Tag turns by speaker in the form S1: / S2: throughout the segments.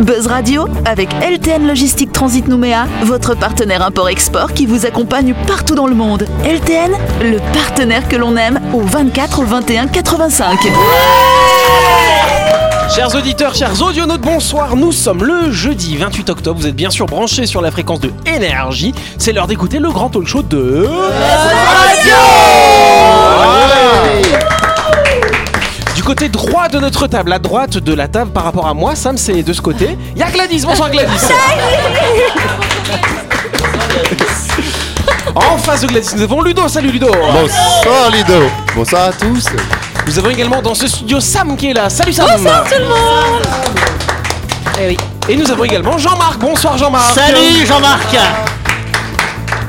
S1: Buzz Radio avec LTN Logistique Transit Nouméa, votre partenaire import-export qui vous accompagne partout dans le monde. LTN, le partenaire que l'on aime au 24 21 85.
S2: Chers auditeurs, chers audionautes, bonsoir. Nous sommes le jeudi 28 octobre. Vous êtes bien sûr branchés sur la fréquence de énergie. C'est l'heure d'écouter le grand talk show de. Du côté droit de notre table, à droite de la table par rapport à moi, Sam c'est de ce côté. Il y a Gladys, bonsoir Gladys. en face de Gladys, nous avons Ludo, salut Ludo.
S3: Bonsoir Lido Bonsoir à tous
S2: Nous avons également dans ce studio Sam qui est là, salut Sam.
S4: Eh oui.
S2: Et nous avons également Jean-Marc, bonsoir Jean-Marc.
S5: Salut Jean-Marc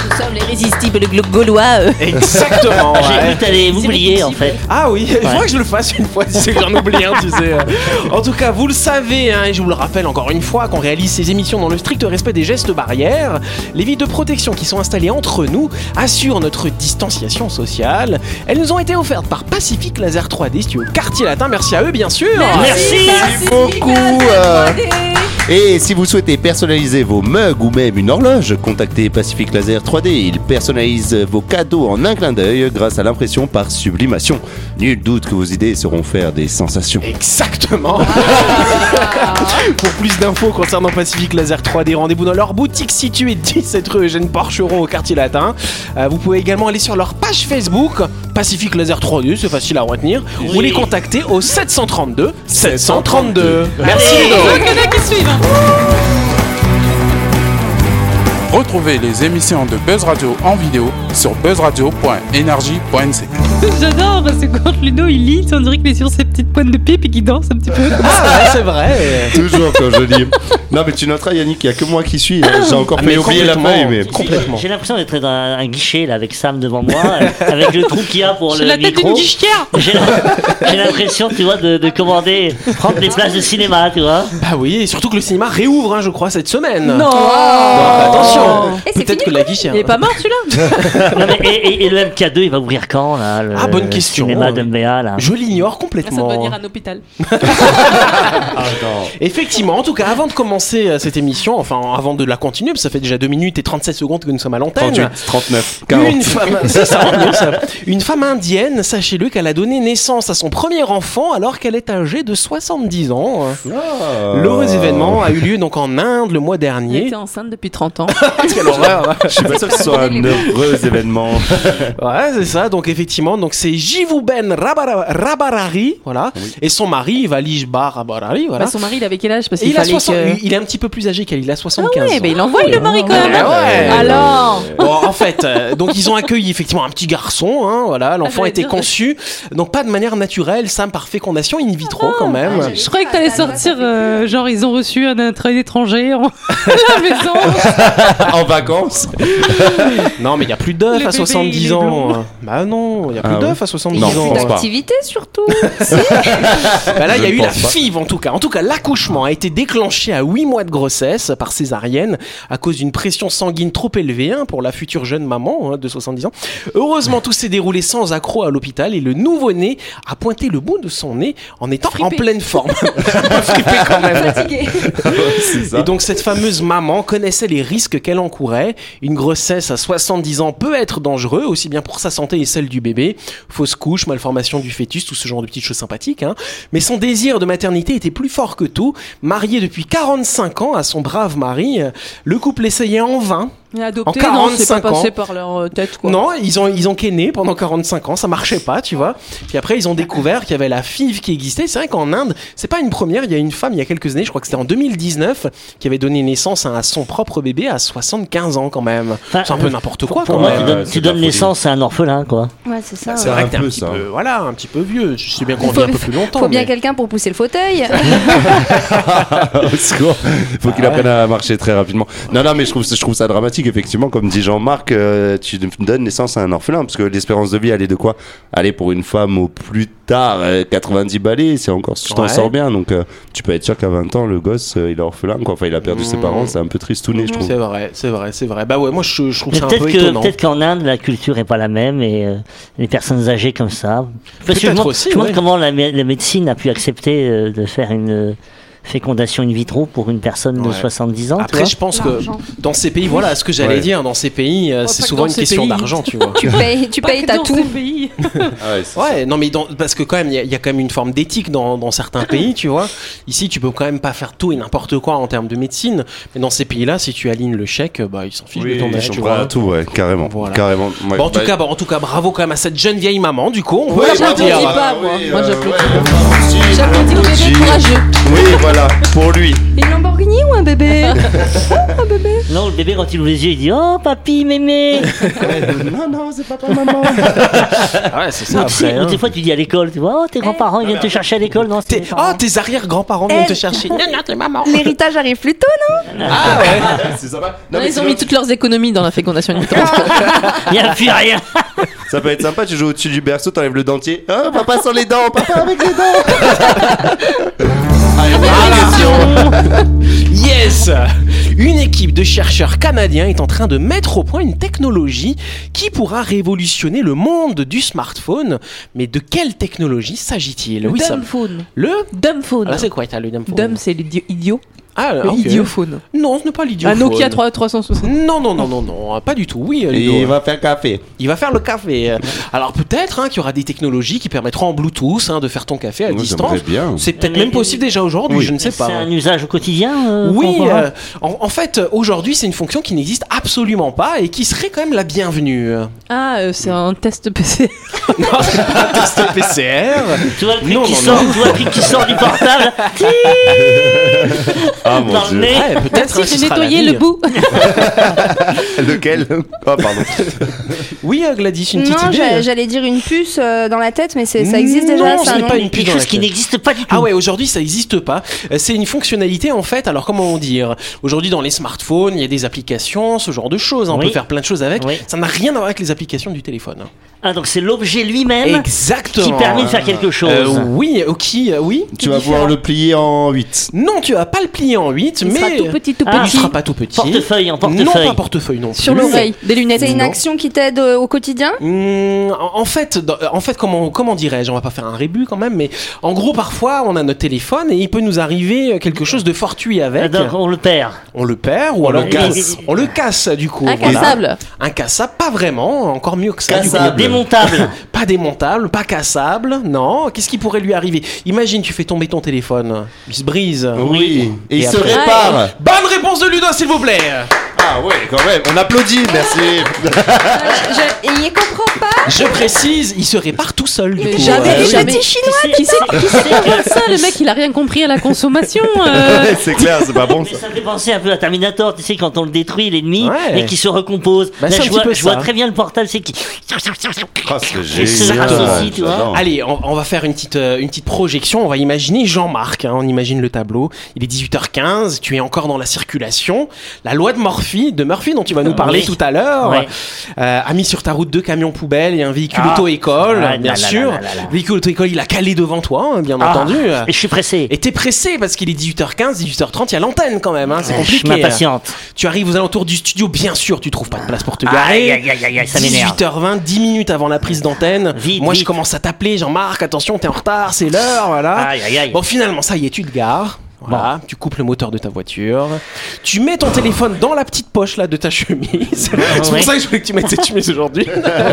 S4: Nous sommes les résistibles glo- gaulois. euh.
S2: Exactement.
S5: J'ai
S2: ouais.
S5: cru que t'allais m'oublier en fait.
S2: Ah oui, il faudrait que je le fasse une fois, si c'est que j'en oublie un, tu sais. En tout cas, vous le savez, hein, et je vous le rappelle encore une fois, qu'on réalise ces émissions dans le strict respect des gestes barrières. Les villes de protection qui sont installées entre nous assurent notre distanciation sociale. Elles nous ont été offertes par Pacific Laser 3D, studio quartier latin, merci à eux bien sûr.
S5: Merci
S3: beaucoup euh, Et si vous souhaitez personnaliser vos mugs ou même une horloge, contactez Pacific Laser 3D. Ils personnalisent vos cadeaux en un clin d'œil grâce à l'impression par sublimation. Nul doute que vos idées sauront faire des sensations.
S2: Exactement. Pour plus d'infos concernant Pacific Laser 3D, rendez-vous dans leur boutique située 17 rue Eugène Porcheron au quartier latin. Euh, vous pouvez également aller sur leur page Facebook Pacific Laser 3D, c'est facile à retenir, ou les contacter au 732 732. Merci Ludo.
S6: Retrouvez les émissions de Buzz Radio en vidéo sur buzzradio.energie.nc.
S7: J'adore parce que quand Ludo il lit, on dirait qu'il est sur ses petites pointes de pipe et qu'il danse un petit peu.
S2: Ah ouais, c'est vrai.
S3: Toujours quand je lis. Non mais tu noteras Yannick, il n'y a que moi qui suis. hein. J'ai encore
S2: Ah, mais
S3: fait oublier la
S2: complètement.
S3: feuille, mais...
S2: Complètement.
S5: J'ai l'impression d'être dans un un guichet là avec Sam devant moi, euh, avec le trou qu'il y a pour
S7: J'ai
S5: le
S7: la tête d'une
S5: micro.
S7: guichetière
S5: J'ai la- j'ai l'impression, tu vois, de, de commander, prendre des places de cinéma, tu vois.
S2: Bah oui, et surtout que le cinéma réouvre, hein, je crois, cette semaine.
S7: Non Oh.
S2: Bah, attention.
S4: Eh, c'est fini,
S2: Peut-être que la guichette.
S7: Il est pas mort celui-là
S5: Non, mais, et, et- et le MK2, il va ouvrir quand là le-
S2: Ah, bonne
S5: le
S2: question.
S5: Cinéma de MBA là.
S2: Je l'ignore
S7: Ah, Ça doit
S2: complètement.
S7: venir à un hôpital.
S2: Effectivement, en tout cas, avant de commencer euh, cette émission, enfin avant de la continuer, parce que ça fait déjà 2 minutes et 37 secondes que nous sommes à l'antenne.
S3: 39,
S2: Une femme, c'est ça, non, ça. une femme indienne, sachez-le qu'elle a donné naissance à son premier enfant alors qu'elle est âgée de 70 ans.
S3: Ah.
S2: L'heureux événement a eu lieu donc en Inde le mois
S7: Il
S2: dernier.
S7: était enceinte depuis 30 ans.
S2: Quelle horreur
S3: Je suis pas sûr que ce soit un heureux événement.
S2: Ouais, c'est ça. Donc effectivement, donc c'est Jivuben Rabara- Rabarari, voilà, et son mari Valishba Rabarari, voilà.
S7: Bah, son mari il avait quel âge Parce
S2: Et
S7: qu'il
S2: il a
S7: fallait
S2: 60
S7: que...
S2: il est un petit peu plus âgé qu'elle, il a 75
S7: Ah ouais,
S2: ans.
S7: bah, il envoie le mari quand même. hein.
S2: Ah ouais.
S3: Euh,
S7: Alors
S2: Bon, en fait, euh, donc ils ont accueilli effectivement un petit garçon. Hein, voilà, l'enfant
S7: j'allais
S2: était
S7: dire.
S2: conçu, donc pas de manière naturelle, Sam par fécondation in vitro
S7: Ah,
S2: quand même.
S7: Je croyais que t'allais sortir, euh, genre ils ont reçu un, un train étranger en... à la maison.
S3: en vacances
S2: non, mais il y a plus d'œufs
S7: Le
S2: à
S7: bébé,
S2: 70
S7: il est
S2: ans.
S7: blond.
S2: hein. Bah non, il y a plus
S3: Ah
S2: d'œufs à 70
S3: Non,
S2: ans.
S3: je pense pas.
S8: Activité surtout.
S2: Bah là, il y a
S3: Je
S2: eu
S3: pense
S2: la
S3: pas.
S2: FIV en tout cas. En tout cas, l'accouchement a été déclenché à 8 mois de grossesse par césarienne à cause d'une pression sanguine trop élevée hein, pour la future jeune maman hein, de 70 ans. Heureusement, tout s'est déroulé sans accroc à l'hôpital et le nouveau-né a pointé le bout de son nez en étant en pleine forme. Frippé quand même.
S3: C'est ça.
S2: Et donc cette fameuse maman connaissait les risques qu'elle encourait. Une grossesse à 70 ans peut être dangereux, aussi bien pour sa santé et celle du bébé. Fausse couche, malformation du fœtus, tout ce genre de petites choses sympathiques. hein. Mais son désir de maternité était plus fort que tout. Mariée depuis 45 ans à son brave mari, euh, le couple essayait en vain.
S7: Il est adopté,
S2: En
S7: non, c'est pas
S2: 45 ans.
S7: passé par leur euh, tête quoi.
S2: Non, ils ont ils ont kéné pendant 45 ans, ça marchait pas, tu vois. Puis après ils ont découvert qu'il y avait la FIV qui existait. C'est vrai qu'en Inde, c'est pas une première, il y a une femme il y a quelques années, je crois que c'était en 2019, qui avait donné naissance à son propre bébé à 75 ans quand même.
S5: Enfin,
S2: C'est un peu n'importe quoi
S5: Pour
S2: quand
S5: moi,
S2: même. euh,
S5: tu
S3: ouais,
S5: donnes,
S3: c'est
S5: tu
S3: de la
S5: donnes
S3: folie.
S5: naissance à un orphelin quoi.
S8: Ouais, c'est
S3: C'est
S8: ça.
S2: Bah, C'est
S8: ouais.
S2: vrai
S3: un
S2: que t'es un
S3: peu
S2: petit
S3: ça.
S2: peu voilà, un petit peu vieux. Je sais bien qu'on vit un peu plus longtemps.
S8: Faut bien
S2: mais-
S8: quelqu'un pour pousser le fauteuil.
S2: Ah
S3: Au secours. Faut qu'il apprenne à marcher très rapidement. Non, non, mais je trouve, ça- je trouve ça dramatique. statistique, effectivement, comme dit Jean-Marc, euh, tu donnes naissance à un orphelin, parce que l'espérance de vie, elle est de quoi Elle est pour une femme au plus tard euh, 90 balais, c'est encore si tu t'en
S2: Ouais.
S3: sors bien, donc euh, tu peux être sûr qu'à 20 ans, le gosse, euh, il est orphelin, quoi. Enfin, il a perdu ses
S2: Mmh.
S3: parents, c'est un peu tristouné, je trouve.
S2: C'est vrai, c'est vrai, c'est vrai. Bah ouais, moi je, je trouve
S5: Mais
S2: ça un peu
S5: peut-être que
S2: étonnant.
S5: peut-être qu'en Inde la culture est pas la même et euh, les personnes âgées comme ça. Parce que je me
S2: Peut-être
S5: demande-
S2: aussi,
S5: je me demande
S2: ouais.
S5: comment la, mé- la médecine a pu accepter euh, de faire une euh, fécondation in vitro pour une personne de
S2: Ouais.
S5: 70 ans. tu
S2: Après,
S5: vois.
S2: je pense que
S8: L'argent.
S2: dans ces pays, voilà ce que j'allais
S3: Ouais.
S2: dire, dans ces pays, euh,
S7: Ouais,
S2: c'est
S7: pas que
S2: souvent
S7: dans
S2: une
S7: ces
S2: question
S7: pays.
S2: d'argent, tu vois.
S8: Tu payes, tu payes ta toux.
S7: pays.
S3: Ah ouais, c'est-
S2: Ouais, non, mais dans- parce que quand même, il y, a- il y a quand même une forme d'éthique dans, dans certains pays, tu vois. Ici, tu peux quand même pas faire tout et n'importe quoi en termes de médecine. Mais dans ces pays-là, si tu alignes le chèque, euh, bah, ils s'en fichent de ton
S3: Ils
S2: âge,
S3: sont
S2: tu
S3: prêts à
S2: vois.
S3: tout, ouais, carrément.
S2: Voilà.
S3: carrément ouais.
S2: Bon, en, tout
S3: Bah,
S2: cas, bah, en tout cas, bravo quand même à cette jeune vieille maman, du coup. On peut
S3: Oui,
S2: l'applaudir.
S8: j'applaudis
S3: bravo.
S8: pas,
S3: Ah
S8: moi.
S3: oui,
S8: Moi,
S3: euh,
S8: j'applaudis.
S3: ouais, merci,
S8: J'applaudis au bébé
S3: merci.
S8: courageux.
S3: Oui, voilà, pour lui.
S8: Une Lamborghini ou un bébé
S5: Non, le bébé quand il ouvre les yeux, il dit oh papy, mémé.
S3: non, non, c'est pas toi, maman.
S2: Ah ouais, c'est
S5: Ou
S2: ça.
S5: tu sais,
S2: après,
S5: ou
S2: hein.
S5: des fois tu dis à l'école, tu vois, oh tes grands-parents ils viennent te chercher à l'école, non c'est
S2: T'es-
S5: mes
S2: Oh,
S5: parents.
S2: tes arrière-grands-parents viennent te chercher.
S8: L'héritage arrive plus tôt,
S2: Ah ouais.
S3: c'est sympa. Non,
S7: Non,
S3: mais
S7: ils ont
S3: sinon,
S7: mis toutes leurs économies dans la fécondation in vitro.
S5: Il y a plus rien.
S3: Ça peut être sympa, tu joues au-dessus du berceau, t'enlèves le dentier. Oh, papa sans les dents, papa avec les dents. Allez,
S2: Yes Une équipe de chercheurs canadiens est en train de mettre au point une technologie qui pourra révolutionner le monde du smartphone. Mais de quelle technologie s'agit-il Oui, Sam.
S7: Dumb phone.
S2: Le
S7: Dumb phone.
S2: Ah, c'est quoi t'as le dumb phone
S7: Dumb, c'est l'idiot. idiot.
S2: Ah,
S7: Le
S2: ok.
S7: idiophone.
S2: Non, ce n'est pas l'idiot.
S7: Un Nokia 3- 360.
S2: Non, non, non, non, non, pas du tout. Oui, Ludo.
S3: Il va faire café.
S2: Il va faire le café. Alors peut-être hein, qu'il y aura des technologies qui permettront en Bluetooth hein, de faire ton café à
S3: Moi,
S2: distance.
S3: j'aimerais bien.
S2: C'est peut-être
S5: Mais-
S2: même possible déjà aujourd'hui, je ne sais pas.
S5: C'est un usage au quotidien. euh,
S2: Oui,
S5: qu'on- qu'on-
S2: euh, en, en fait, euh, aujourd'hui, c'est une fonction qui n'existe absolument pas et qui serait quand même la bienvenue. Euh,
S7: Ah, euh, c'est un test PC.
S2: Non, c'est pas un test PCR.
S5: Tu vois le truc
S2: Non,
S5: qui
S2: non,
S5: sort,
S2: non.
S5: tu vois le truc qui sort du portable.
S3: Ah
S5: Dans le nez.
S2: Ouais, peut-être. hein,
S7: Merci,
S2: ce
S7: Ah, j'ai
S2: sera
S7: nettoyé
S2: l'avenir.
S7: le bout.
S3: Lequel Oh, pardon.
S2: Oui, euh, Gladys, une petite
S8: Non,
S2: idée.
S8: j'a- j'allais dire une puce euh, dans la tête, mais c'est- ça existe
S2: Non,
S8: déjà,
S2: ce
S8: ça,
S2: n'est
S8: non
S2: pas
S5: une
S2: puce
S5: quelque
S2: dans la
S5: chose qui
S2: tête.
S5: n'existe pas du tout.
S2: Ah ouais, aujourd'hui ça n'existe pas. Euh, C'est une fonctionnalité en fait. Alors comment on dire Aujourd'hui dans les smartphones, il y a des applications, ce genre de choses. hein, On
S5: Oui.
S2: peut faire plein de choses avec.
S5: Oui.
S2: Ça n'a rien à voir avec les applications du téléphone.
S5: Ah, donc c'est l'objet
S7: Ah
S5: lui-même
S2: Exactement.
S5: qui permet de faire quelque chose.
S2: Euh, oui, ok, euh, oui.
S3: tu vas pouvoir le plier en 8.
S2: Non, tu vas pas le plier en 8,
S7: Il
S2: mais
S7: sera tout petit, tout
S5: Ah,
S2: il
S7: petit.
S2: sera pas tout petit.
S5: Portefeuille en
S2: Non,
S5: portefeuille.
S2: pas portefeuille non
S7: Sur
S2: plus.
S7: l'oreille. Des lunettes.
S8: C'est une
S2: Non.
S8: action qui t'aide euh, au quotidien
S2: Mmh, en en fait, dans- en fait, comment, comment dirais-je On va pas faire un rébut quand même, mais en gros, parfois, on a notre téléphone et il peut nous arriver euh, quelque chose de fortuit
S5: Ah,
S2: avec.
S5: donc on le perd.
S2: On le perd ou
S3: On
S2: alors
S3: le
S2: on-
S5: casse.
S2: On le casse du coup. voilà.
S7: Incassable.
S2: Incassable, pas vraiment. Encore mieux que ça. du coup.
S3: Cassable.
S5: Démontable.
S2: Pas démontable, pas cassable. Non. Qu'est-ce qui pourrait lui arriver Imagine, tu fais tomber ton téléphone, il se brise.
S3: Oh. Oui. Et,
S2: Et
S3: il se
S2: après-
S3: répare.
S2: Bonne réponse de Ludo, s'il vous plaît.
S3: Ah ouais, quand même. On applaudit, merci.
S8: Je- Il y comprend pas
S2: Je précise, il se répare tout seul. Du coup. Euh,
S3: jamais,
S2: Ouais,
S3: jamais.
S2: oui.
S8: chinois
S5: Qui sait qui sait que-
S7: Ça, le mec, il a rien compris à la consommation.
S3: Ouais,
S7: euh.
S3: c'est clair, c'est pas bon
S5: Mais
S3: ça.
S5: ça me fait penser un peu à Terminator, tu sais, quand on le détruit, l'ennemi,
S2: Ouais.
S5: et qui se recompose.
S2: Bah, c'est
S5: Là,
S2: un
S5: je
S2: petit
S5: vois,
S2: peu
S5: je
S2: ça.
S5: vois très bien le portable, c'est qui.
S3: Oh, c'est
S5: ça,
S3: génial.
S5: aussi, tu vois.
S3: J'adore.
S2: Allez, on, on va faire une petite, euh, une petite projection. On va imaginer Jean-Marc. hein, on imagine le tableau. Il est 18h15. Tu es encore dans la circulation. La loi de Murphy, de Murphy dont tu vas nous parler
S5: Euh, Oui.
S2: tout à l'heure,
S5: Ouais.
S2: euh, a mis sur ta route deux camions poubelles et un véhicule
S5: Ah.
S2: auto-école,
S5: Ah,
S2: bien
S5: là, là,
S2: sûr.
S5: là, là, là.
S2: Le véhicule auto-école, il a calé devant toi, hein, bien
S5: Ah,
S2: entendu.
S5: Et je suis pressé.
S2: Et t'es pressé parce qu'il est 18h15, 18h30, il y a l'antenne quand même, hein, c'est
S5: Ah, Je suis
S2: compliqué.
S5: m'impatiente.
S2: Tu arrives aux alentours du studio, bien sûr, tu trouves pas de place pour te
S5: Aïe,
S2: garer.
S5: aïe, aïe, aïe, aïe, ça m'énerve.
S2: 18h20, 10 minutes avant la prise d'antenne.
S5: Vite,
S2: Moi, je
S5: vite.
S2: commence à t'appeler, Jean-Marc, attention, t'es en retard, c'est l'heure, voilà.
S5: Aïe, aïe, aïe.
S2: Bon, finalement, ça y est, tu te gares. Voilà, tu coupes le moteur de ta voiture, tu mets ton téléphone dans la petite poche là de ta chemise. c'est pour
S5: Ouais.
S2: ça que je voulais que tu mettes cette chemise aujourd'hui.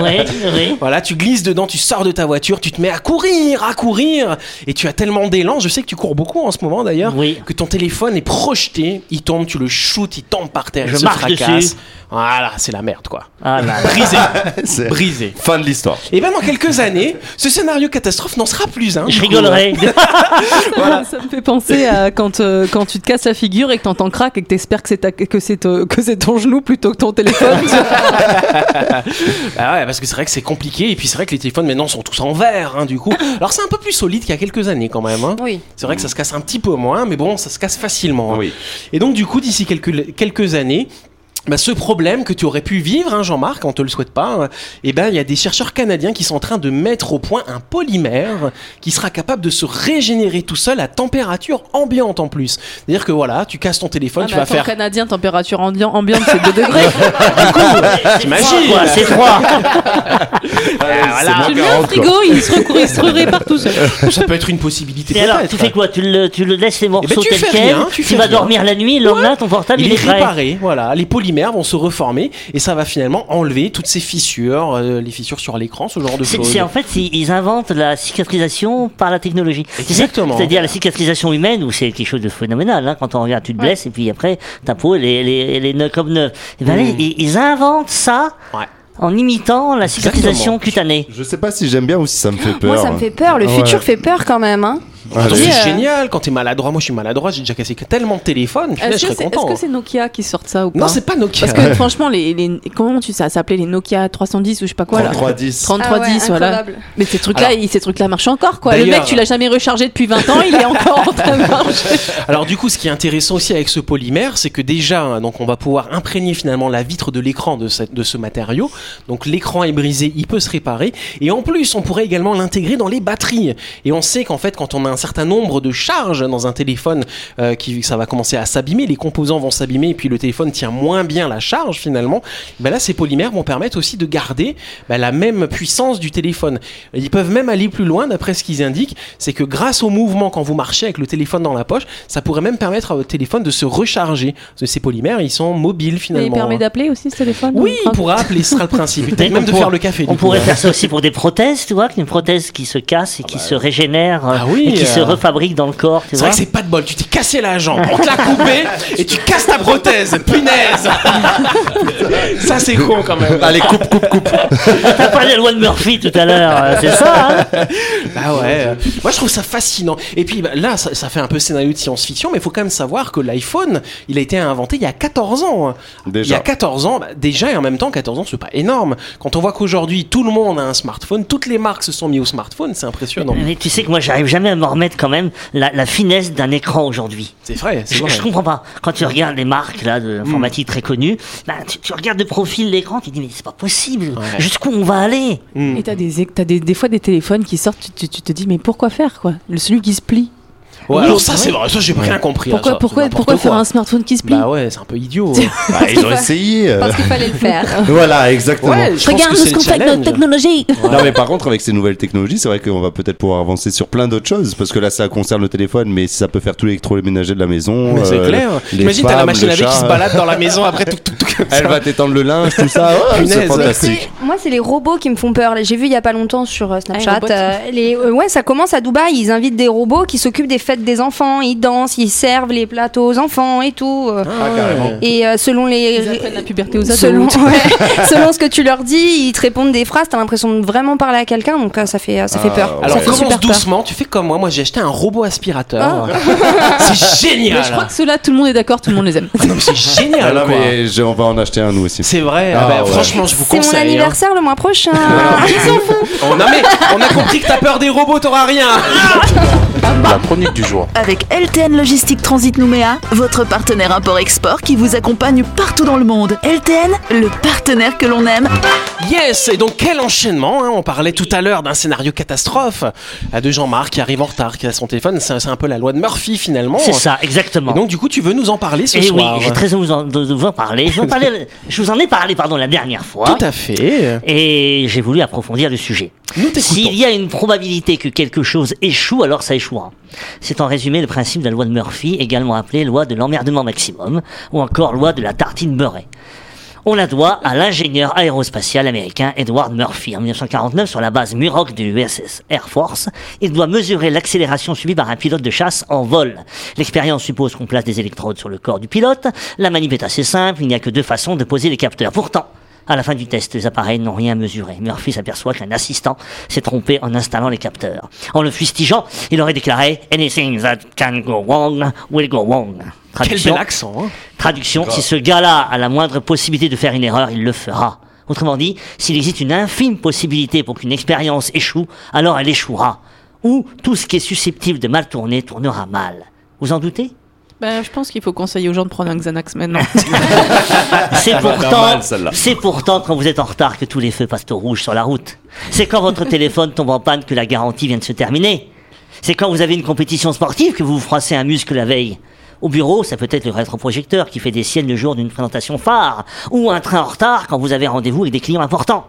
S5: Ouais, ouais.
S2: Voilà, tu glisses dedans, tu sors de ta voiture, tu te mets à courir, à courir, et tu as tellement d'élan, je sais que tu cours beaucoup en ce moment d'ailleurs,
S5: Oui.
S2: que ton téléphone est projeté, il tombe, tu le shootes, il tombe par terre,
S5: Je
S2: il se
S5: marche
S2: fracasse.
S5: dessus.
S2: Voilà, c'est la merde quoi.
S5: Ah là là.
S2: Brisé,
S3: C'est-
S2: brisé.
S3: Fin de l'histoire.
S2: Et bien dans quelques années, ce scénario catastrophe n'en sera plus un.
S5: Je rigolerai.
S7: Ça me fait penser à quand, euh, quand tu te casses la figure et que t'entends crack et que t'espères que c'est ta- que c'est euh, que c'est ton genou plutôt que ton téléphone.
S2: Ah ouais, parce que c'est vrai que c'est compliqué, et puis c'est vrai que les téléphones maintenant sont tous en verre, hein, du coup. Alors c'est un peu plus solide qu'il y a quelques années quand même. hein.
S8: Oui.
S2: C'est vrai que ça se casse un petit peu moins, mais bon, ça se casse facilement. hein.
S3: Oui.
S2: Et donc, du coup, d'ici quelques, quelques années, bah, ce problème que tu aurais pu vivre, hein, Jean-Marc, on te le souhaite pas, et ben il y a des chercheurs canadiens qui sont en train de mettre au point un polymère qui sera capable de se régénérer tout seul à température ambiante en plus. C'est-à-dire que voilà, tu casses ton téléphone,
S7: Ah,
S2: tu
S7: mais
S2: vas
S7: attends,
S2: faire
S7: Canadien, température ambi- ambiante, c'est 2 degrés.
S2: T'imagines
S5: Quoi, c'est froid Ah,
S2: voilà.
S7: tu le mets au frigo, il se, recou- il se re- répare tout seul.
S2: Ça peut être une possibilité.
S5: Et alors,
S2: peut-être.
S5: tu fais quoi tu le, tu le laisses les
S2: Eh ben,
S5: morceaux
S2: tu
S5: tels
S2: fais
S5: quels
S2: rien, tu
S5: Tu,
S2: fais
S5: vas
S2: rien.
S5: dormir la nuit, le lendemain, ton portable,
S2: il,
S5: il,
S2: est
S5: est prêt.
S2: réparé, voilà. Les polymères vont se reformer et ça va finalement enlever toutes ces fissures, euh, les fissures sur l'écran, ce genre de
S5: C'est
S2: choses.
S5: c'est- en fait, ils ils inventent la cicatrisation par la technologie. Tu sais,
S2: Exactement.
S5: C'est-à-dire la cicatrisation humaine où c'est quelque chose de phénoménal. hein. Quand on regarde, tu te blesses et puis après, ta peau, elle est, elle est- elle est neuve comme neuve. Et ben, là, ils, ils inventent ça
S2: Hmm. Ouais.
S5: en imitant la cicatrisation
S2: Exactement.
S5: cutanée.
S3: Je sais pas si j'aime bien ou si ça me fait peur.
S8: Moi, ça me fait peur. Le
S3: Ouais.
S8: futur fait peur quand même. Hein.
S3: Ah,
S2: Attends,
S8: Dis,
S2: c'est
S8: euh,
S2: génial quand t'es maladroit. Moi, je suis maladroit. J'ai déjà cassé tellement de téléphones. punaise,
S7: Est-ce
S2: je
S7: que
S2: serais
S7: c'est est-ce
S2: content. hein.
S7: que c'est Nokia qui sort ça ou pas
S2: non, c'est pas Nokia.
S7: Parce que franchement, les, les- comment tu ça s'appelait les Nokia 310 ou je sais pas quoi là
S3: 3310.
S7: 3310,
S8: Ah ouais,
S7: voilà.
S8: incroyable.
S7: Mais ces trucs-là, ils- ces trucs-là marchent encore quoi. Le
S2: D'ailleurs-
S7: mec, tu l'as jamais rechargé depuis 20 ans, il est encore en train de marcher.
S2: Alors du coup, ce qui est intéressant aussi avec ce polymère, c'est que déjà, hein, donc on va pouvoir imprégner finalement la vitre de l'écran de, cette- de ce matériau. Donc l'écran est brisé, il peut se réparer. Et en plus, on pourrait également l'intégrer dans les batteries. Et on sait qu'en fait, quand on a un certain nombre de charges dans un téléphone, euh, qui, ça va commencer à s'abîmer, les composants vont s'abîmer, et puis le téléphone tient moins bien la charge finalement. Ben là, ces polymères vont permettre aussi de garder ben, la même puissance du téléphone. Ils peuvent même aller plus loin, d'après ce qu'ils indiquent, c'est que grâce au mouvement quand vous marchez avec le téléphone dans la poche, ça pourrait même permettre à votre téléphone de se recharger. Parce que ces polymères, ils sont mobiles
S7: Mais il
S2: finalement. hein.
S7: permet d'appeler aussi ce téléphone.
S2: oui, il
S7: Ah,
S2: pourra appeler, ce sera le principe. Et Peut-être
S5: Mais
S2: même
S5: on
S2: de
S5: pourra-
S2: faire le café.
S5: On
S2: du coup.
S5: pourrait faire ça aussi pour des prothèses, tu vois, qu'une prothèse qui se casse et qui se régénère euh,
S2: bah Ah oui,
S5: et
S2: euh.
S5: qui se refabrique dans le corps, tu
S2: C'est
S5: vois.
S2: vrai que c'est pas de bol, tu t'es cassé la jambe, on te l'a coupé et tu casses ta prothèse, punaise Ça c'est con quand même
S3: Allez, coupe, coupe, coupe.
S5: T'as parlé de loi de Murphy tout à l'heure, euh, c'est ça. hein
S2: Bah ouais. euh, Moi, je trouve ça fascinant. Et puis bah, là, ça, ça fait un peu scénario de science-fiction, mais il faut quand même savoir que l'iPhone, il a été inventé il y a 14 ans.
S3: Déjà.
S2: Il y a 14 ans, bah, déjà, et en même temps, 14 ans, c'est pas énorme. Quand on voit qu'aujourd'hui, tout le monde a un smartphone, toutes les marques se sont mises au smartphone, c'est impressionnant.
S5: Mais tu sais que moi, j'arrive jamais à me remettre quand même la, la finesse d'un écran aujourd'hui.
S2: C'est vrai, c'est
S5: Je,
S2: vrai. Hmm.
S5: je comprends pas. Quand tu regardes les marques là de l'informatique très connues, bah, tu, tu regardes de profil l'écran, tu te dis mais c'est pas possible.
S2: Ouais.
S5: Jusqu'où on va aller
S7: Et t'as des, t'as des, des fois des téléphones qui sortent, tu, tu- tu te dis mais pourquoi faire quoi Le celui qui se plie.
S2: Ouais,
S7: Oui,
S2: alors
S7: c'est
S2: ça,
S7: vrai.
S2: c'est vrai, ça, j'ai rien compris.
S7: Pourquoi
S2: hein, ça,
S7: pourquoi
S2: c'est n'importe
S7: pourquoi faire
S2: quoi.
S7: un smartphone qui se plie
S2: Bah ouais, c'est un peu idiot.
S3: Ah, ils ont essayé. euh.
S8: Parce qu'il fallait le faire.
S3: Voilà, exactement.
S2: Ouais, je pense que c'est le challenge.
S4: technologie.
S3: Non mais par contre avec ces nouvelles technologies c'est vrai qu'on va peut-être pouvoir avancer sur plein d'autres choses parce que là ça concerne le téléphone mais ça peut faire tout l'électroménager de la maison.
S2: Mais c'est
S3: euh,
S2: clair.
S3: les
S2: Imagine, t'as la
S3: femmes,
S2: machine
S3: le
S2: à laver qui
S3: chat.
S2: se balade dans la maison après tout, tout, tout comme ça.
S3: Elle va t'étendre le linge tout ça. Ouais, c'est
S2: Punaise.
S8: Mais c'est-
S3: fantastique.
S8: moi, c'est les robots qui me font peur. J'ai vu il y a pas longtemps sur euh,
S7: Ah, les
S8: Snapchat.
S7: robots,
S8: euh, les, euh, ouais, ça commence à Dubaï. Ils invitent des robots qui s'occupent des fêtes des enfants. Ils dansent, ils servent les plateaux aux enfants et tout. euh.
S2: Ah,
S3: carrément.
S8: Et euh, selon les
S7: Ils apprennent la puberté aux ados.
S8: selon, ouais, selon ce que tu leur dis, ils te répondent des phrases. T'as l'impression de vraiment parler à quelqu'un, donc euh, ça fait euh, ça fait
S3: Ah,
S8: peur.
S3: ouais.
S2: Alors
S8: ça fait
S2: commence
S8: super peur.
S2: doucement, tu fais comme moi, moi j'ai acheté un robot aspirateur. c'est
S7: Mais
S2: génial.
S7: je crois que ceux-là, tout le monde est d'accord, tout le monde les aime.
S2: Ah non, mais c'est génial.
S3: Ah non
S2: quoi.
S3: mais je- on va en acheter un nous aussi.
S2: C'est vrai,
S3: Ah,
S2: ah bah,
S3: ouais.
S2: franchement je vous
S8: C'est mon
S2: conseille. hein.
S8: anniversaire le mois prochain.
S2: On, a, mais, on a compris que t'as peur des robots, t'auras rien.
S6: La chronique du jour.
S1: Avec LTN Logistique Transit Nouméa, votre partenaire import-export qui vous accompagne partout dans le monde. LTN, le partenaire que l'on aime.
S2: Yes, et donc quel enchaînement. hein. On parlait tout à l'heure d'un scénario catastrophe euh, de Jean-Marc qui arrive en retard, qui a son téléphone. C'est c'est un peu la loi de Murphy finalement.
S5: C'est ça,
S2: Oh. Et
S5: exactement.
S2: donc du coup tu veux nous en parler ce
S5: Et oui,
S2: soir. euh,
S5: j'ai très envie de vous en- de vous en parler. Je vous, en parlais- je vous en ai parlé pardon la dernière fois.
S2: Tout à fait.
S5: Et j'ai voulu approfondir le sujet.
S2: Nous t'écoutons.
S5: S'il y a une probabilité que quelque chose échoue, alors ça échouera. C'est en résumé le principe de la loi de Murphy, également appelée loi de l'emmerdement maximum, ou encore loi de la tartine beurrée. On la doit à l'ingénieur aérospatial américain Edward Murphy. En 1949, sur la base Muroc de l'USS Air Force, il doit mesurer l'accélération subie par un pilote de chasse en vol. L'expérience suppose qu'on place des électrodes sur le corps du pilote. La manip est assez simple, il n'y a que deux façons de poser les capteurs. Pourtant, à la fin du test, les appareils n'ont rien mesuré. Murphy s'aperçoit qu'un assistant s'est trompé en installant les capteurs. En le fustigeant, il aurait déclaré Anything that can go wrong will go wrong.
S2: Quel
S5: Traduction,
S2: bel accent. hein.
S5: traduction si ce gars-là a la moindre possibilité de faire une erreur, il le fera. Autrement dit, s'il existe une infime possibilité pour qu'une expérience échoue, alors elle échouera. Ou tout ce qui est susceptible de mal tourner tournera mal. Vous en doutez
S7: Bah, je pense qu'il faut conseiller aux gens de prendre un Xanax maintenant.
S5: C'est
S3: va faire
S5: pourtant,
S3: mal, celle-là.
S5: c'est pourtant quand vous êtes en retard que tous les feux passent au rouge sur la route. C'est quand votre téléphone tombe en panne que la garantie vient de se terminer. C'est quand vous avez une compétition sportive que vous vous froissez un muscle la veille. Au bureau, ça peut être le rétroprojecteur qui fait des siennes le jour d'une présentation phare. Ou un train en retard quand vous avez rendez-vous avec des clients importants.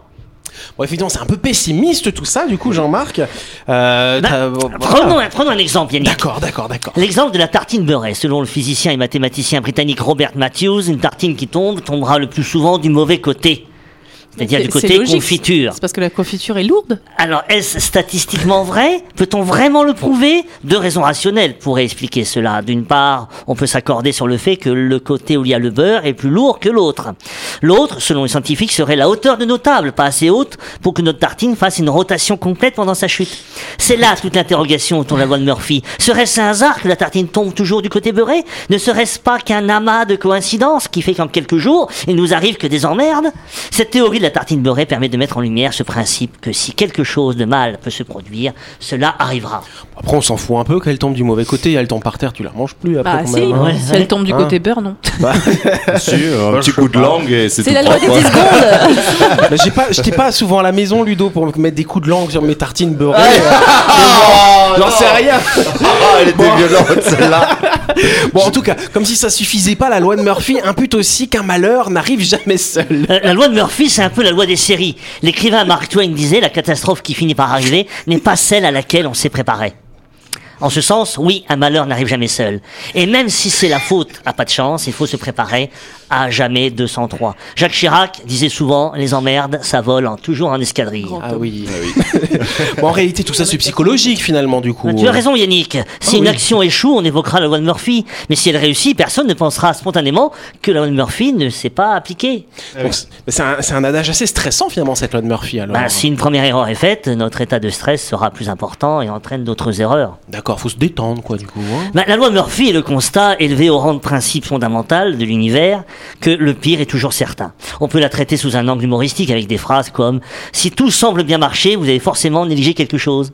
S2: Bon, effectivement, c'est un peu pessimiste tout ça, du coup, Jean-Marc. Euh,
S5: Bah,
S2: t'as- bon,
S5: prenons,
S3: euh.
S2: voilà.
S5: un, prenons un exemple, Yannick.
S2: D'accord, d'accord, d'accord.
S5: L'exemple de la tartine beurrée, selon le physicien et mathématicien britannique Robert Matthews, une tartine qui tombe tombera le plus souvent du mauvais côté. C'est-à-dire du côté
S7: logique.
S5: confiture.
S7: C'est parce que la confiture est lourde.
S5: Alors, est-ce statistiquement vrai Peut-on vraiment le prouver Deux raisons rationnelles pourraient expliquer cela. D'une part, on peut s'accorder sur le fait que le côté où il y a le beurre est plus lourd que l'autre. L'autre, selon les scientifiques, serait la hauteur de nos tables, pas assez haute pour que notre tartine fasse une rotation complète pendant sa chute. C'est là toute l'interrogation autour de la loi de Murphy. Serait-ce un hasard que la tartine tombe toujours du côté beurré Ne serait-ce pas qu'un amas de coïncidences qui fait qu'en quelques jours, il nous arrive que des emmerdes Cette théorie de la tartine beurrée permet de mettre en lumière ce principe que si quelque chose de mal peut se produire, cela arrivera.
S2: Après, on s'en fout un peu qu'elle tombe du mauvais côté, elle tombe par terre, tu la manges plus après.
S7: Bah
S2: quand
S7: si,
S2: même, hein.
S5: ouais.
S7: si elle tombe du
S2: Hein.
S7: côté beurre, non.
S3: un petit coup de langue et c'est
S4: C'est
S3: tout
S4: la loi des
S3: propre.
S4: 10 secondes.
S2: Bah, j'ai pas, j'étais pas souvent à la maison, Ludo, pour me mettre des coups de langue sur mes tartines beurrées. euh,
S3: Ah,
S2: J'en
S3: non.
S2: sais rien.
S3: Ah, elle était violente celle-là.
S2: Bon, en tout cas, comme si ça suffisait pas, la loi de Murphy impute aussi qu'un malheur n'arrive jamais seul.
S5: Euh, la loi de Murphy, c'est un peu la loi des séries. L'écrivain Mark Twain disait la catastrophe qui finit par arriver n'est pas celle à laquelle on s'est préparé. En ce sens, oui, un malheur n'arrive jamais seul. Et même si c'est la faute à pas de chance, il faut se préparer à jamais 203. Jacques Chirac disait souvent, les emmerdes, ça vole en- toujours en escadrille.
S2: Ah oui. bon, en réalité, tout ça, c'est psychologique finalement, du coup.
S5: Ah, Tu as raison Yannick, si une action échoue, on évoquera la loi de Murphy, mais si elle réussit, personne ne pensera spontanément que la loi de Murphy ne s'est pas appliquée.
S2: Bon, c'est- mais c'est un, c'est un adage assez stressant finalement, cette loi de Murphy. Alors.
S5: Bah, si une première erreur est faite, notre état de stress sera plus important et entraîne d'autres erreurs.
S2: D'accord, faut se détendre, quoi, du coup. hein.
S5: Bah, la loi Murphy est le constat élevé au rang de principe fondamental de l'univers que le pire est toujours certain. On peut la traiter sous un angle humoristique avec des phrases comme ⁇ Si tout semble bien marcher, vous avez forcément négligé quelque chose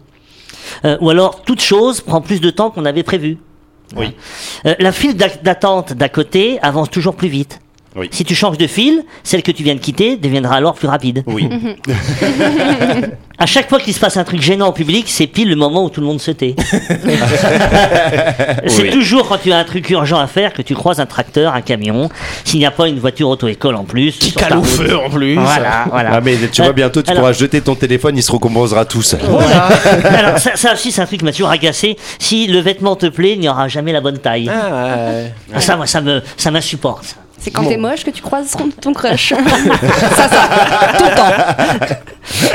S5: Euh, Ou alors ⁇ Toute chose prend plus de temps qu'on avait prévu ⁇
S3: Oui.
S5: Euh, la file d'ac- d'attente d'à côté avance toujours plus vite.
S3: Oui.
S5: Si tu changes de file, celle que tu viens de quitter deviendra alors plus rapide.
S3: Oui.
S5: À chaque fois qu'il se passe un truc gênant au public, c'est pile le moment où tout le monde se tait. c'est
S3: Oui.
S5: toujours quand tu as un truc urgent à faire que tu croises un tracteur, un camion, s'il n'y a pas une voiture auto-école en plus.
S2: Qui
S5: sur ta
S2: cale au
S5: route.
S2: feu en plus.
S5: Voilà, voilà.
S3: Ah mais tu
S5: Euh,
S3: vois bientôt tu
S5: alors-
S3: pourras jeter ton téléphone, il se recomposera tout seul.
S5: Alors ça, ça aussi c'est un truc qui m'a toujours agacé. Si le vêtement te plaît, il n'y aura jamais la bonne taille.
S2: Ah, ouais.
S5: Ah, ça, moi, ça me, ça m'insupporte. ça.
S8: C'est quand t'es moche que tu croises ton- ton crush. ça, ça. Tout le temps.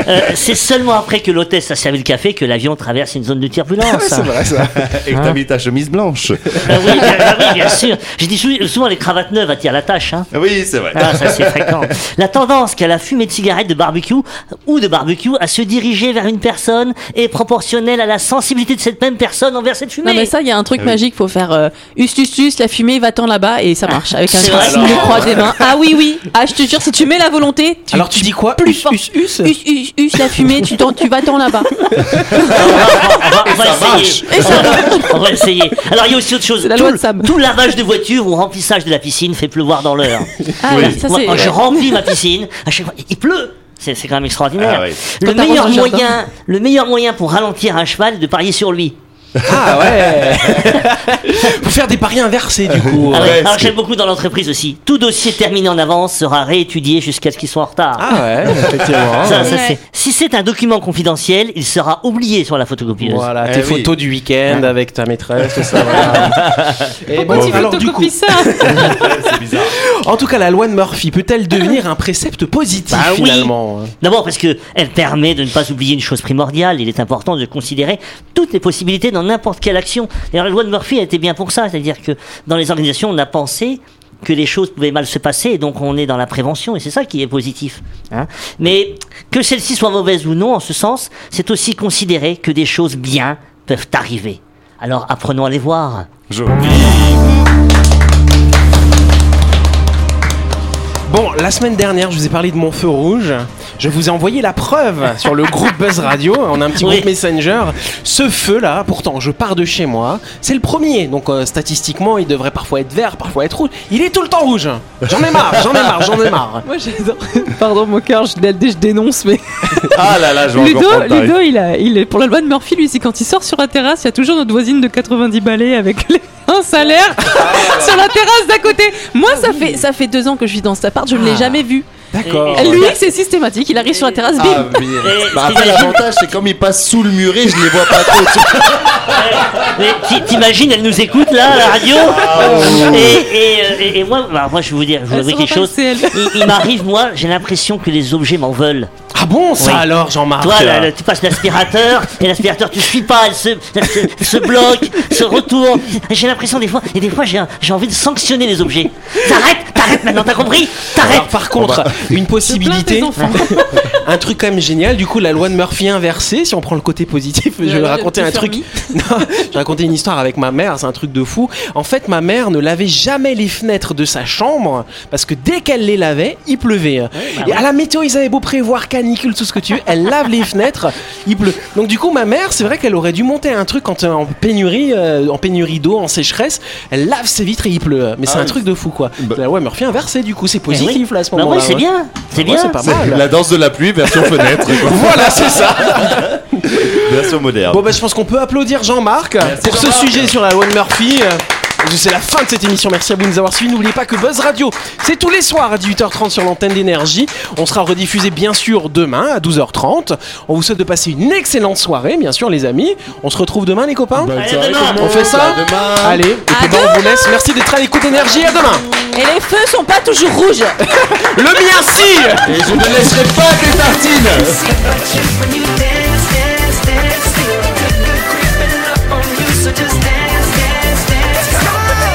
S5: Euh, c'est seulement après que l'hôtesse a servi le café que l'avion traverse une zone de turbulence.
S3: Et que t'as mis ta chemise blanche.
S5: Ah oui, bien, ah oui, bien sûr. Je dis sou- souvent les cravates neuves attirent la tâche. Hein.
S3: Oui, c'est vrai.
S5: Ah, ça c'est fréquent. La tendance qu'a la fumée de cigarette de barbecue ou de barbecue à se diriger vers une personne est proportionnelle à la sensibilité de cette même personne envers cette fumée.
S7: Non, mais ça, il y a un truc
S2: Ah
S7: magique, faut faire euh, us, us, us, la fumée, va-t'en là-bas, et ça marche. Avec un
S5: C'est
S7: signe
S5: vrai.
S7: de croix des mains. Ah oui, oui, ah, je te jure, si tu mets la volonté, tu
S2: Alors tu dis quoi
S7: plus
S2: Us,
S7: fort.
S2: us, us
S7: us, us, us, la fumée, tu, t'en- tu vas-t'en là-bas.
S5: on va, on va- on va essayer.
S7: Et ça marche.
S5: On va essayer. Alors il y a aussi autre chose.
S7: C'est la
S5: tout,
S7: loi de
S5: le-
S7: Sam.
S5: tout lavage de voiture ou remplissage de la piscine fait pleuvoir dans l'heure.
S7: Ah,
S5: Voilà.
S7: oui, ça,
S5: Moi,
S7: c'est-
S5: quand je remplis ma piscine, à chaque fois, il pleut. C'est c'est quand même extraordinaire.
S3: Ah oui.
S5: le,
S7: Quand t'arroses
S5: meilleur
S7: un jardin.
S5: moyen, le meilleur moyen pour ralentir un cheval est de parier sur lui.
S2: Ah ouais Faut faire des paris inversés du coup.
S5: Ah ouais,
S3: Ouais,
S5: alors
S3: c'est-
S5: j'aime beaucoup dans l'entreprise aussi. Tout dossier terminé en avance sera réétudié jusqu'à ce qu'il soit en retard.
S2: Ah ouais, effectivement.
S5: Ça, ça,
S8: Ouais.
S5: c'est- Si c'est un document confidentiel, il sera oublié sur la photocopieuse.
S2: Voilà,
S3: Eh
S2: tes
S3: oui.
S2: photos du week-end avec ta maîtresse, tout ça. voilà. Et
S7: Pourquoi
S2: bon,
S7: tu
S2: alors du coup,
S7: photocopies ça
S3: C'est bizarre.
S2: en tout cas, la loi de Murphy peut-elle devenir un précepte positif
S5: Bah oui.
S2: finalement hein
S5: D'abord parce que elle permet de ne pas oublier une chose primordiale. Il est important de considérer toutes les possibilités dans n'importe quelle action. D'ailleurs, la loi de Murphy a été bien pour ça, c'est-à-dire que dans les organisations, on a pensé que les choses pouvaient mal se passer, et donc on est dans la prévention, et c'est ça qui est positif. hein. Mais que celle-ci soit mauvaise ou non, en ce sens, c'est aussi considérer que des choses bien peuvent arriver. Alors apprenons à les voir.
S2: Bon, la semaine dernière, je vous ai parlé de mon feu rouge. Je vous ai envoyé la preuve sur le groupe Buzz Radio. On a un petit
S5: Oui.
S2: groupe Messenger. Ce feu-là, pourtant, je pars de chez moi. C'est le premier. Donc, euh, statistiquement, il devrait parfois être vert, parfois être rouge. Il est tout le temps rouge. J'en ai marre, j'en ai marre, j'en ai marre.
S7: Moi j'adore. Pardon mon cœur, je, je dénonce, mais
S3: Ah là là, je vais
S7: Ludo,
S3: encore prendre Paris.
S7: Ludo, il a, il est pour la loi de Murphy, lui, c'est quand il sort sur la terrasse, il y a toujours notre voisine de 90 balais avec les- un salaire
S4: Ah.
S7: sur la terrasse d'à côté. Moi, ça fait ça fait deux ans que je vis dans cet appart, je
S4: Ah.
S7: ne l'ai jamais vu.
S2: D'accord.
S5: Et-
S4: Oh.
S7: Lui, c'est systématique, il arrive sur la terrasse, bim.
S3: Ah, mais-
S5: Et-
S3: Bah, après,
S5: t'imagines-
S3: l'avantage, c'est comme ils passent sous le muret, je les vois pas trop. tu vois.
S5: Mais t'i- T'imagines, elle nous écoute là, à la radio et, et, euh, et- et moi, bah, moi, je vais vous dire, je vais vous
S7: Elle
S5: avouer
S7: se
S5: quelque chose.
S7: repasse, elle.
S5: Il, il m'arrive, moi, j'ai l'impression que les objets m'en veulent.
S2: Ah bon, ça
S5: Oui.
S2: alors, Jean-Marc
S5: Toi, là, là, tu passes l'aspirateur, et l'aspirateur, tu suis pas, elle se, elle se, se bloque, se retourne. J'ai l'impression des fois, et des fois, j'ai un- j'ai envie de sanctionner les objets. T'arrêtes, t'arrêtes maintenant, t'as compris T'arrêtes
S2: Alors, par contre, une possibilité,
S7: Plein tes enfants.
S2: un truc quand même génial, du coup la loi de Murphy inversée, si on prend le côté positif, je
S7: loi
S2: vais
S7: de
S2: raconter un truc.
S7: Fermi.
S2: Non, je vais raconter une histoire avec ma mère, c'est un truc de fou. En fait, ma mère ne lavait jamais les fenêtres de sa chambre parce que dès qu'elle les lavait, il pleuvait. Et à la météo, ils avaient beau prévoir canicule, tout ce que tu veux, elle lave les fenêtres, il pleut. Donc du coup, ma mère, c'est vrai qu'elle aurait dû monter un truc quand euh, en pénurie, euh, en pénurie d'eau, en sécheresse, elle lave ses vitres et il pleut. Mais c'est un truc de fou quoi.
S3: Bah-
S2: La loi Murphy inversée, du coup, c'est
S5: Eh oui.
S2: positif là à ce
S5: Bah oui,
S2: moment-là.
S5: c'est
S2: ouais.
S5: bien, c'est
S2: Ouais,
S5: bien.
S2: c'est pas
S3: C'est
S2: mal.
S3: la danse de la pluie, version fenêtre. quoi.
S2: Voilà, c'est ça.
S3: Version moderne.
S2: Bon, bah, je pense qu'on peut applaudir Jean-Marc pour ce sujet sur la loi de Murphy. Euh, C'est la fin de cette émission. Merci à vous de nous avoir suivis. N'oubliez pas que Buzz Radio, c'est tous les soirs à 18h30 sur l'antenne d'énergie. On sera rediffusé, bien sûr, demain à 12h30. On vous souhaite de passer une excellente soirée, bien sûr, les amis. On se retrouve demain, les copains.
S3: Bonne
S5: Allez,
S3: soirée
S5: demain.
S3: tout le
S2: On
S3: monde.
S2: fait ça
S3: À Bah, demain.
S2: Allez, et puis, bah, on vous laisse. Merci d'être à l'écoute énergie. À demain.
S4: Et les feux sont pas toujours rouges.
S2: Le mien, si
S3: Et je ne laisserai pas tes tartines.